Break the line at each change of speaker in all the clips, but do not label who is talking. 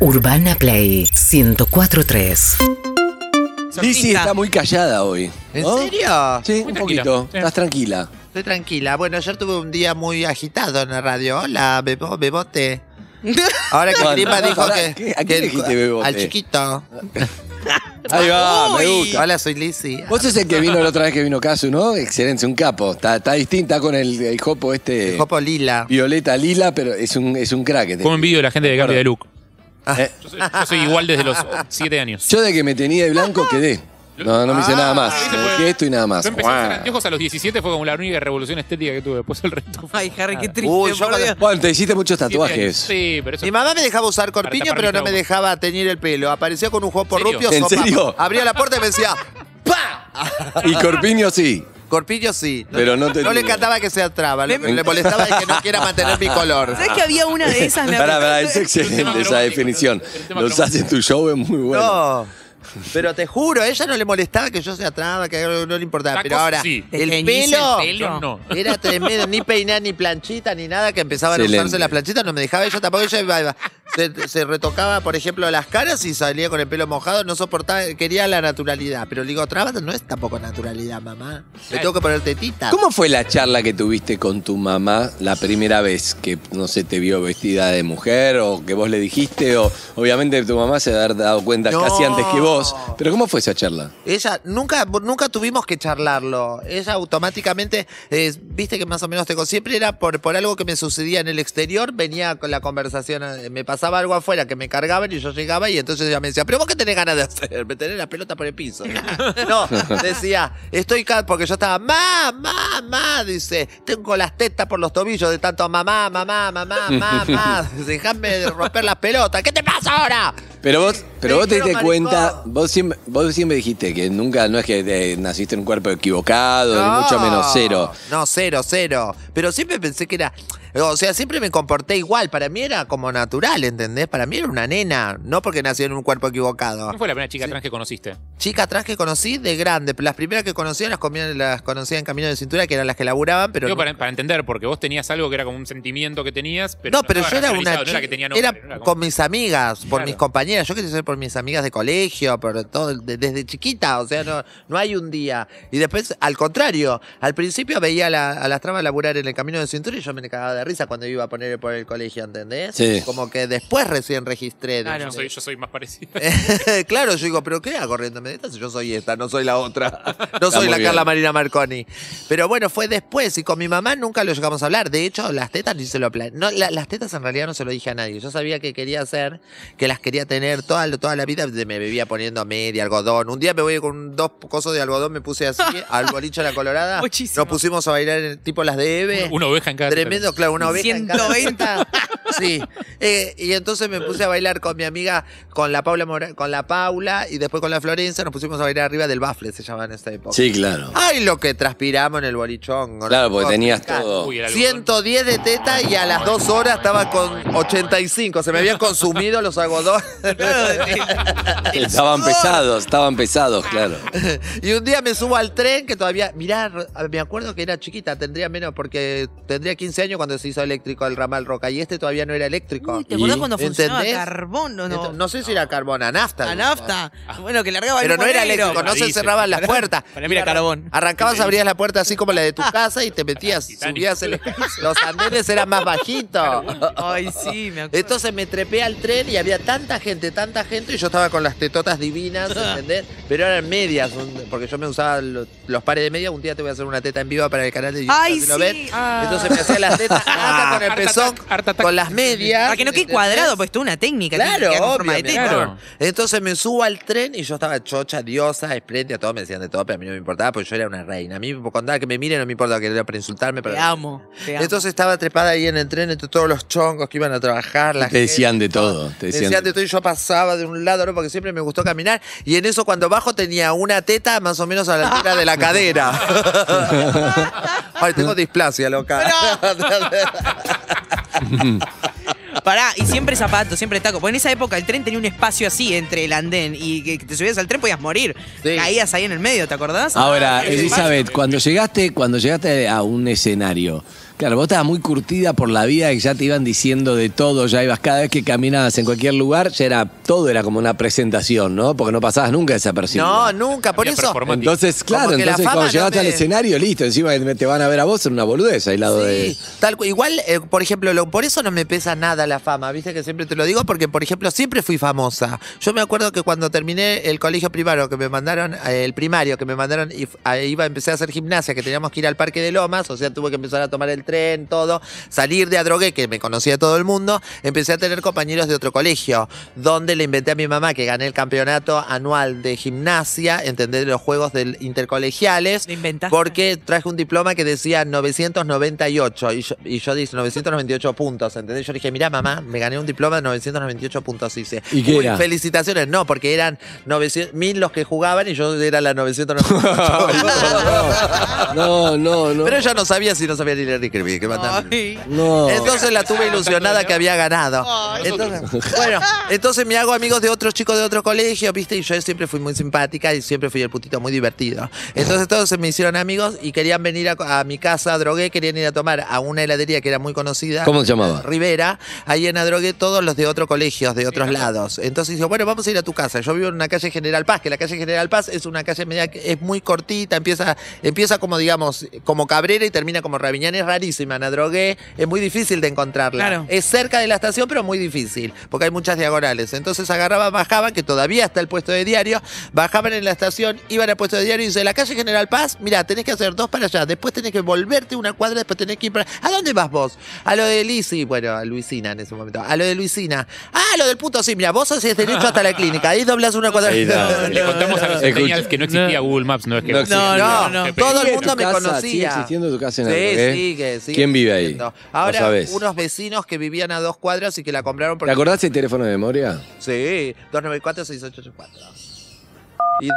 Urbana Play 1043.
Lizzy está muy callada hoy.
¿En
¿no?
serio?
¿Oh? Sí,
Muy
un
tranquila.
poquito.
Sí.
Estás tranquila.
Estoy tranquila. Bueno, ayer tuve un día muy agitado en la radio. Hola, bebo, bebote. Ahora que
Bueno,
Grima dijo
pará,
que,
¿qué- a quién
que-
le dijiste bebote?
Al chiquito.
Ahí va, me gusta.
Hola, soy Lizzy.
Vos sos el que vino la otra vez que vino Casu, ¿no? Excelente, un capo. Está, está distinta con el, el jopo este.
El Jopo Lila.
Violeta lila, pero es un, es un crack. este.
Como envidio de la gente de Gandhi de Luke.
Eh,
Yo soy, yo soy igual desde los 7 años.
yo de que me tenía de blanco quedé. No, no me hice nada más.
ahí se
Me
fue.
dejé esto y nada más.
Ah, Yo empecé a hacer anteojos a los 17, fue como la única revolución estética que tuve. Después el resto fue.
Ay, Harry, qué triste.
Uy, yo
por
cuando-
Dios.
Bueno, te hiciste muchos
siete años.
tatuajes.
Sí, pero eso.
Mi mamá me dejaba usar corpiño,
tapar
pero
mi
no me
trauma.
dejaba teñir el pelo. Apareció con un jopo
¿En serio?
rupio.
¿En
sopa.
serio?
Abría la puerta y me decía, ¡pa!
Y Corpiño sí.
Corpiño sí. No-
Pero no te-
le encantaba que se atraba. Lo que le molestaba es que no quiera mantener mi color.
¿Sabes que había una de esas? la-
Pará, pará, es
El tema
excelente esa
dramático,
definición.
el tema
Los hace en tu show, es muy bueno.
No. Pero te juro, a ella no le molestaba que yo sea traba, que no no le importaba.
Tacos,
Pero ahora,
sí.
el
¿Te teñís
pelo
el
Yo no.
era tremendo, ni peinar, ni planchita, ni nada, que empezaban
Excelente.
a usarse las planchitas, no me dejaba ella tampoco. Ella iba- iba- se, se retocaba, por ejemplo, las caras y salía con el pelo mojado, no soportaba, quería la naturalidad. Pero le digo, traba no es tampoco naturalidad, mamá. Le tengo que poner tetita.
¿Cómo fue la charla que tuviste con tu mamá la primera vez que, no sé, te vio vestida de mujer o que vos le dijiste? o Obviamente tu mamá se debe haber dado cuenta
No.
casi antes que vos. Pero ¿cómo fue esa charla?
Ella, nunca, nunca tuvimos que charlarlo. Ella automáticamente, eh, viste que más o menos tengo, siempre era por, por algo que me sucedía en el exterior, venía con la conversación, eh, me pasaba algo afuera que me cargaban y yo llegaba y entonces ella me decía, pero vos qué tenés ganas de hacer, me tenés la pelota por el piso. no, decía, estoy ca- porque yo estaba, mamá, mamá, dice, tengo las tetas por los tobillos de tanto mamá, mamá, mamá, mamá, dejame romper las pelotas, ¿qué te pasa ahora?
Pero vos, pero
Me
vos te diste
dijeron
cuenta,
maricón.
vos siempre, vos siempre dijiste que nunca, no es que eh, naciste en un cuerpo equivocado, ni mucho menos cero.
No, cero, cero. Pero siempre pensé que era. O sea, siempre me comporté igual. Para mí era como natural, ¿entendés? Para mí era una nena. No porque nací en un cuerpo equivocado.
¿Quién fue la primera chica trans que conociste?
Chicas atrás que conocí de grande. Las primeras que conocí las, comía- las conocía en camino de cintura, que eran las que laburaban, pero.
Digo,
no-
para, para entender, porque vos tenías algo que era como un sentimiento que tenías, pero.
no, pero yo
estaba
era una
racionalizado, No
chica-
era que tenía nombre,
era
no era como-
con mis amigas, por
Claro.
mis compañeras. Yo quería ser por mis amigas de colegio, por todo, de- desde chiquita. O sea, no, no hay un día. Y después, al contrario, al principio veía a, la- a las trabas laburar en el camino de cintura y yo me cagaba de risa cuando iba a poner por el colegio, ¿entendés?
Sí.
Como que después recién registré.
Claro.
Yo soy, yo soy más parecido.
claro, yo digo, pero ¿qué hago riéndome de esta si yo soy esta, no soy la otra? No soy
muy
la
bien.
Carla Marina Marconi. Pero bueno, fue después y con mi mamá nunca lo llegamos a hablar. De hecho, las tetas ni se lo plan- no, la- Las tetas en realidad no se lo dije a nadie. Yo sabía que quería hacer, que las quería tener toda, toda la vida. Me bebía poniendo media, algodón. Un día me voy con dos cosos de algodón, me puse así, al boliche de la Colorada.
Muchísimo.
Nos pusimos a bailar en- tipo las de Eve.
Una oveja en cada.
Tremendo, claro, una oveja. en cada
120.
teta. Sí. Eh, y entonces me puse a bailar con mi amiga, con la Paula Mora- con la Paula y después con la Florencia, nos pusimos a bailar arriba del bafle, se llamaba en esta época.
Sí, claro.
Ay, lo que transpiramos en el bolichón. ¿no?
Claro, porque
No,
tenías
claro.
todo.
Uy, el algodón.
110 de teta y a las dos horas estaba con 85. Se me habían consumido los algodones.
Estaban pesados, estaban pesados, claro.
y un día me subo al tren que todavía, mirá, ro- me acuerdo que era chiquita, tendría menos porque tendría 15 años cuando se hizo eléctrico el ramal Roca y este todavía no era eléctrico.
Uy, ¿Te acordás
¿Y?
cuando funcionaba
¿Entendés?
carbón o
Ento-
no?
no sé si era carbón, a nafta.
La
digo.
nafta. Bueno, que largaba el
Pero no
humo
era
negro.
eléctrico, no se
Diésel.
cerraban las puertas.
Para mí era carbón.
Arrancabas, abrías la puerta así como la de tu casa y te metías,
Titanic.
subías. el- los andenes eran más bajitos.
Ay, sí, me acuerdo.
Entonces me trepé al tren y había tanta gente, tanta gente, y yo estaba con las tetotas divinas, ¿entendés? Pero eran medias, un- porque yo me usaba lo- los pares de media. Un día te voy a hacer una teta en viva para el canal de YouTube.
Ay,
si lo
sí.
ven.
Ah.
Entonces me hacía las tetas acá con el
Art
pezón,
attack, art attack.
con las medias.
Para que no quede
¿entendés?
cuadrado, pues esto es una técnica. tiene que
Claro,
quedar con forma de
obvio, mi
teta.
amor.
Claro.
Entonces me subo al tren y yo estaba chocha, diosa, espléndida, todos me decían de todo, pero a mí no me importaba porque yo era una reina. A mí, con nada que me miren, no me importa que era para insultarme. Pero...
Te amo. Te amo.
Entonces estaba trepada ahí en el tren entre todos los chongos que iban a trabajar. La
Te decían de todo. Te
me decían
decían
de todo y yo pasaba de un lado al otro porque siempre me gustó caminar. Y en eso, cuando bajo, tenía una teta más o menos a la altura de la cadera. Ay, tengo displasia, loca.
Pará, y siempre zapatos, siempre taco. Porque en esa época el tren tenía un espacio así entre el andén y que que te subías al tren podías morir.
Sí.
Caías ahí en el medio, ¿te acordás?
Ah,
Ahora,
Ese espacio.
Elizabeth, cuando llegaste, cuando llegaste a un escenario, Claro, vos estabas muy curtida por la vida que ya te iban diciendo de todo, ya ibas cada vez que caminabas en cualquier lugar, ya era todo era como una presentación, ¿no? Porque no pasabas nunca desapercibido.
No, nunca. Por
Había
eso.
performance.
Entonces,
Como
claro,
que la
entonces
fama
cuando
no
llegaste al
me-
escenario, listo, encima que te van a ver a vos en una boludez al lado de.
Sí, tal cual. Igual, eh, por ejemplo, lo- por eso no me pesa nada la fama, viste que siempre te lo digo, porque, por ejemplo, siempre fui famosa. Yo me acuerdo que cuando terminé el colegio primario que me mandaron, eh, el primario que me mandaron, y f- a- iba, empecé a hacer gimnasia, que teníamos que ir al Parque de Lomas, o sea, tuve que empezar a tomar el tren, todo, salir de Adrogué, que me conocía todo el mundo, empecé a tener compañeros de otro colegio, donde le inventé a mi mamá que gané el campeonato anual de gimnasia, entender los juegos del intercolegiales.
Le inventaste.
Porque traje un diploma que decía 998 y yo, y yo dije 998 puntos, ¿entendés? Yo le dije, mirá mamá, me gané un diploma de 998 puntos. Y dice,
¿Y qué
"Uy,
era?
felicitaciones. No, porque eran 900 mil los que jugaban y yo era la 998.
No, no, no.
Pero ella no sabía si no sabía ni leer ni escribir. qué mandaba.
Ay.
no.
Entonces la tuve ilusionada que había ganado.
Ay.
Entonces, bueno, entonces me hago amigos de otros chicos de otro colegio, ¿viste? Y yo siempre fui muy simpática y siempre fui el putito muy divertido. Entonces todos se me hicieron amigos y querían venir a, a mi casa, a drogué, querían ir a tomar a una heladería que era muy conocida.
¿Cómo se llamaba?
Rivera, ahí en Adrogué todos los de otros colegios, de otros lados. Entonces dijo, bueno, vamos a ir a tu casa. Yo vivo en una calle General Paz, que la calle General Paz es una calle media, que es muy cortita, empieza, empieza como, digamos, como Cabrera y termina como Raviñán. Es rarísima, en Adrogué es muy difícil de encontrarla.
Claro.
Es cerca de la estación, pero muy difícil, porque hay muchas diagonales. Entonces agarraban, bajaban, que todavía está el puesto de diario, bajaban en la estación, iban al puesto de diario y dice, la calle General Paz, mira, tenés que hacer dos para allá, después tenés que volverte una cuadra, después tenés que ir para... ¿A dónde vas vos? A lo de Lisi, bueno, a Luisina en ese momento, a lo de Luisina. Ah, a lo del puto, sí, mira, vos haces derecho hasta la clínica, ahí doblás una cuadra.
Ahí está.
No,
Le
no,
contamos a los
Escucha.
centennials que no existía Google Maps, no es que
No existía.
No, no, no.
GPS.
Todo el
¿Sigue
mundo
tu
me
casa?
conocía.
¿Sigue existiendo tu casa en
Sí,
Adrogué?
sigue, sigue
¿Quién vive ahí?
existiendo.
No
Ahora,
sabés.
unos vecinos que vivían a dos cuadras y que la compraron
¿Te
porque
acordás el teléfono de memoria?
Sí, 294-6884. Y, eh,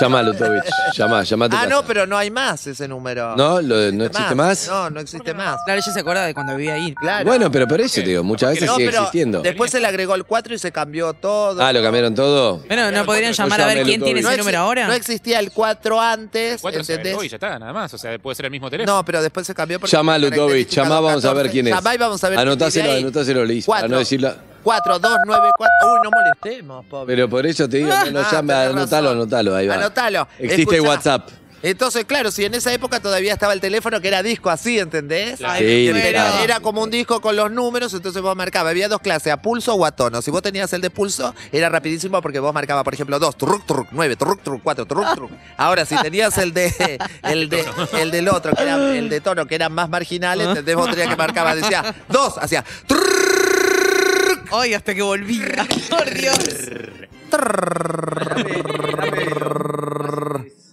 Llamá, Lutovich. Llamá, llamá a tu
ah,
casa.
no, pero no hay más ese número.
No, lo- no existe más.
No, no existe más.
Claro, ella se acuerda de cuando vivía ahí.
Claro.
Bueno, pero por eso te digo, muchas veces
No,
sigue
pero
existiendo.
Después se le agregó el 4 y se cambió todo.
Ah, ¿lo cambiaron todo?
Bueno, ¿no podrían llamar a ver quién tiene
No
ese
exi-
número ahora?
No existía el 4 antes,
Cuatro se
¿entendés?
agregó y ya está, nada más. O sea, puede ser el mismo teléfono.
No, pero después se cambió porque
Llamá,
tenía
Lutovich.
características
Llamá, vamos a ver
14.
quién es.
Llamá y vamos a ver quién vive
Anotáselo,
ahí.
anotáselo, Liz, para
Cuatro.
no decirlo.
4, 2, 9, 4. Uy, no molestemos, pobre.
Pero por eso te digo, no, no
Ah,
llame,
tenés
anotalo,
razón.
anotalo, ahí va.
Anotalo.
Existe
Escuchá.
WhatsApp.
Entonces, claro, si en esa época todavía estaba el teléfono que era disco así, ¿entendés?
Claro.
Sí,
Pero
Era,
claro.
era como un disco con los números, entonces vos marcabas. Había dos clases, a pulso o a tono. Si vos tenías el de pulso, era rapidísimo porque vos marcabas, por ejemplo, dos, turruc, turruc, nueve, turruc, turruc, cuatro, turruc, turruc. Ahora, si tenías el de el de el del otro, que era el de tono, que era más marginal, ¿entendés? Vos tenías que marcabas, decía dos, hacía turruc,
Ay, hasta que volví. Por Dios.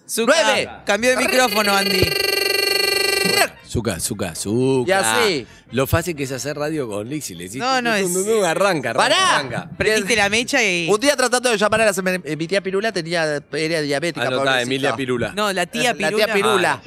Zucca,
Nueve.
Cambió de micrófono, Andy.
Zuka, Zuka, Zuka.
Y así.
Lo fácil que es hacer radio con Liz y le decís,
No, no,
"Tum,
es-
tum, tum", Arranca, arranca.
Pará.
arranca.
Prendiste la mecha y.
Un día tratando de llamar a la seme- eh, mi tía Pirula tenía era diabética.
Anotá,
pobrecita.
Emilia Pirula. Ah,
No, la
La
tía Pirula. Ah.
tía Pirula.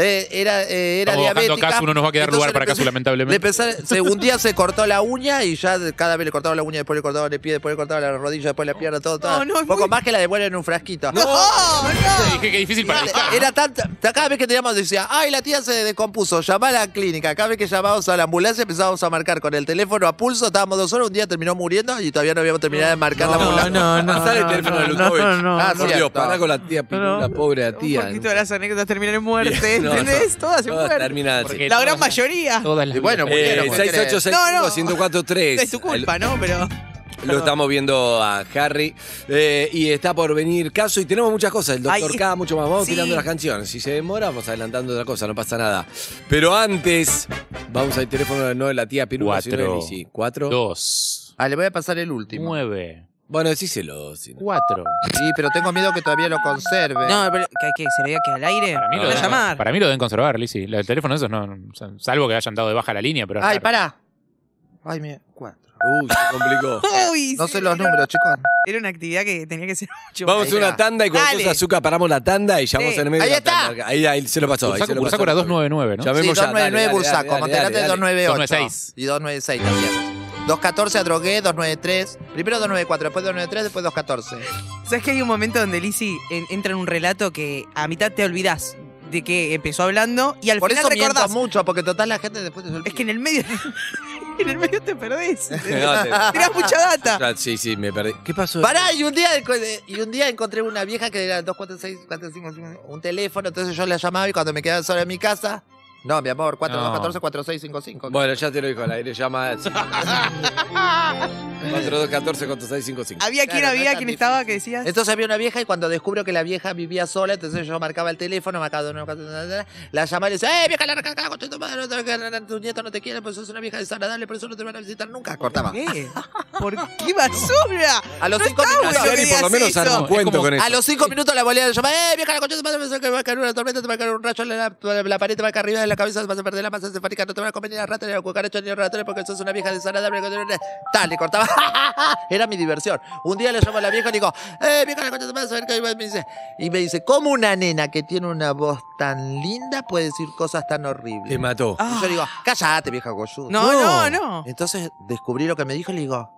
Eh, era eh, era
Estamos bajando a
diabética.
Casu, no nos va a quedar lugar para Casu,
Casu,
lamentablemente.
un día se cortó la uña y ya de- cada vez le cortaban la uña, después le cortaban el pie, después le cortaban la rodilla, después la pierna, todo, todo.
No, no, es
Poco
muy-
más que la devuelven en un frasquito.
¡Oh,
Te
no!
dije que difícil para
Era-
Lisandro.
Era tanto, cada vez que teníamos decía, ay, la tía se descompuso, llamá a la clínica, cada vez que llamábamos a la ambulancia empezábamos a marcar con el teléfono a pulso, estábamos dos horas, un día terminó muriendo y todavía no habíamos terminado de marcar la ambulancia.
no, no.
Pasar el teléfono de Lutovich.
Ah,
Por Dios,
cierto.
pará con la tía Pirula, pobre la tía.
Un poquito de las anécdotas terminan en muerte.
No,
¿Entendés?
no,
Todas en
todas
muerte.
terminan así.
Porque
La gran
todas-
mayoría.
Todas las
Y bueno,
vidas.
murió.
Eh,
¿por qué no?
6865143.
Es tu culpa, ¿no? Pero.
Lo estamos viendo a Harry. eh, y está por venir caso. Y tenemos muchas cosas. El doctor
Ay,
K, mucho más. Vamos
sí.
tirando las canciones. Si se demora, vamos adelantando otra cosa. No pasa nada. Pero antes, vamos al teléfono no de la tía Pirula, sino de
Cuatro.
Lizzy. Cuatro.
Dos.
Ah, le voy a pasar el último.
Nueve.
Bueno, decíselo. si no.
Cuatro.
Sí, pero tengo miedo que todavía lo conserve.
No, pero. ¿Qué? qué ¿Se veía que al aire?
Para mí, lo
Van a
deben,
llamar.
para mí lo deben conservar, Lizzy. El teléfono de esos no. no, son- Salvo que hayan dado de baja la línea, pero.
Ay, pará. Ay, mira, cuatro.
Uy, se complicó.
Uy,
No
sí,
sé los
era-
números, chicos.
Era una actividad que tenía que ser mucho
Vamos
más.
a una tanda y cuando
Dale.
azúcar paramos la tanda y llamamos
Sí.
en el medio.
Ahí
de la
está.
tanda. Ahí, ahí se lo pasó. ahí se
Bursaco,
lo
Bursaco
pasó.
era 299, ¿no?
Llamemos
sí,
ya. dale,
299
dale, dale,
Bursaco,
dale,
Montelate
dale, dale.
298.
296.
Y 296 también. 214 a Drogué, 293. Primero 294, después 293, después 214.
¿Sabes que hay un momento donde Lizzie en- entra en un relato que a mitad te olvidas de qué empezó hablando y al
Por
final
eso miento
recordás.
mucho, porque total la gente después te olvida.
Es que en el medio. en el medio te perdés.
No, te-
Tirás mucha data.
Ah, sí, sí, me perdí. ¿Qué pasó?
Pará, y un día, y un día encontré una vieja que era 246-4555, un teléfono, entonces yo la llamaba y cuando me quedaba sola en mi casa. No, mi amor, 4214-4655.
Bueno, ya te lo dijo al aire, llama. 4214 4655.
Había quien
Claro, no
había,
es tan
quien
difícil.
estaba que decías.
Entonces había una vieja y cuando descubro que la vieja vivía sola, entonces yo marcaba el teléfono, marcaba de nuevo, ta, ta, ta, ta, la llamaba y le decía, ¡eh, vieja, la recaca, con tu madre, no te- que tu nieto no te quiere, pues sos una vieja desagradable, por eso no te van a visitar nunca! Cortaba.
¿Qué? ¿Por qué basura?
A los
No
cinco
está
minutos.
bueno.
Gary, por lo
digas
menos
eso.
arma un
Es
cuento con eso.
A los cinco minutos la volvía a llamar, ¡eh, vieja, la concha de tu madre! Pensó que va a caer una tormenta, te va a caer un rayo en la, la pared, te va a caer arriba de la cabeza, vas a perder la masa cefálica, no te van a comer ni las ratas, ni los cucarachos, ni los ratones, porque sos una vieja desagradable. Tal, le cortaba. Era mi diversión. Un día le llamo a la vieja y le digo, ¡eh, vieja, la concha de tu madre! Y me dice, y me dice, ¿cómo una nena que tiene una voz tan linda puede decir cosas tan horribles?
Te mató.
Ah,
Y yo digo, cállate, vieja goyuda.
no, no, no.
Entonces descubrí lo que me dijo y le digo,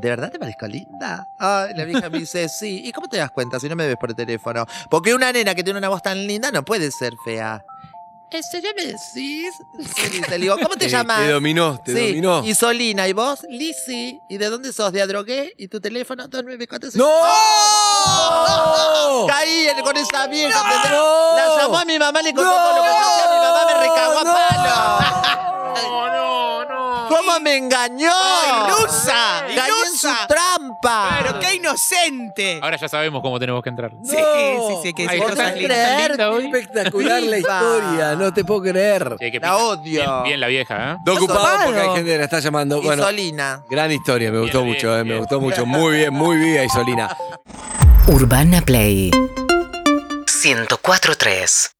¿de verdad te parezco linda? Ay, la vieja me dice, sí. ¿Y cómo te das cuenta si no me ves por el teléfono? Porque una nena que tiene una voz tan linda no puede ser fea. ¿En
Este,
serio me decís? Sí, le digo, ¿cómo te llamas?
Te dominó, te
sí.
dominó.
Y Solina, ¿y vos? Lisi. ¿Y de dónde sos? ¿De Adrogué? ¿Y tu teléfono? ¿294?
¡No!
Caí en- con esa vieja. ¿entendés?
¡No!
La llamó a mi mamá, le contó
¡No!
todo lo que yo hacía. Mi mamá me recagó
¡No!
a palo.
No, no, no.
¿Cómo me engañó?
¡Ilusa!
¡Caí en su
¡Ilusa!
trampa!
Pero qué inocente.
Ahora ya sabemos cómo tenemos que entrar.
Sí, sí, sí, que
Ahí
decís
está.
cosas
Tan
lindas.
linda
creerte.
hoy.
Espectacular la
Viva.
historia, no te puedo creer.
Sí, que
La
pica.
odio.
Bien, bien la vieja, ¿eh?
Está ocupado
Zarpado.
porque hay gente que la está llamando.
Y
Bueno,
Solina.
gran historia, me gustó
bien,
mucho, eh, me
bien.
gustó mucho. Muy bien, muy viva Isolina.
Urbana Play 104.3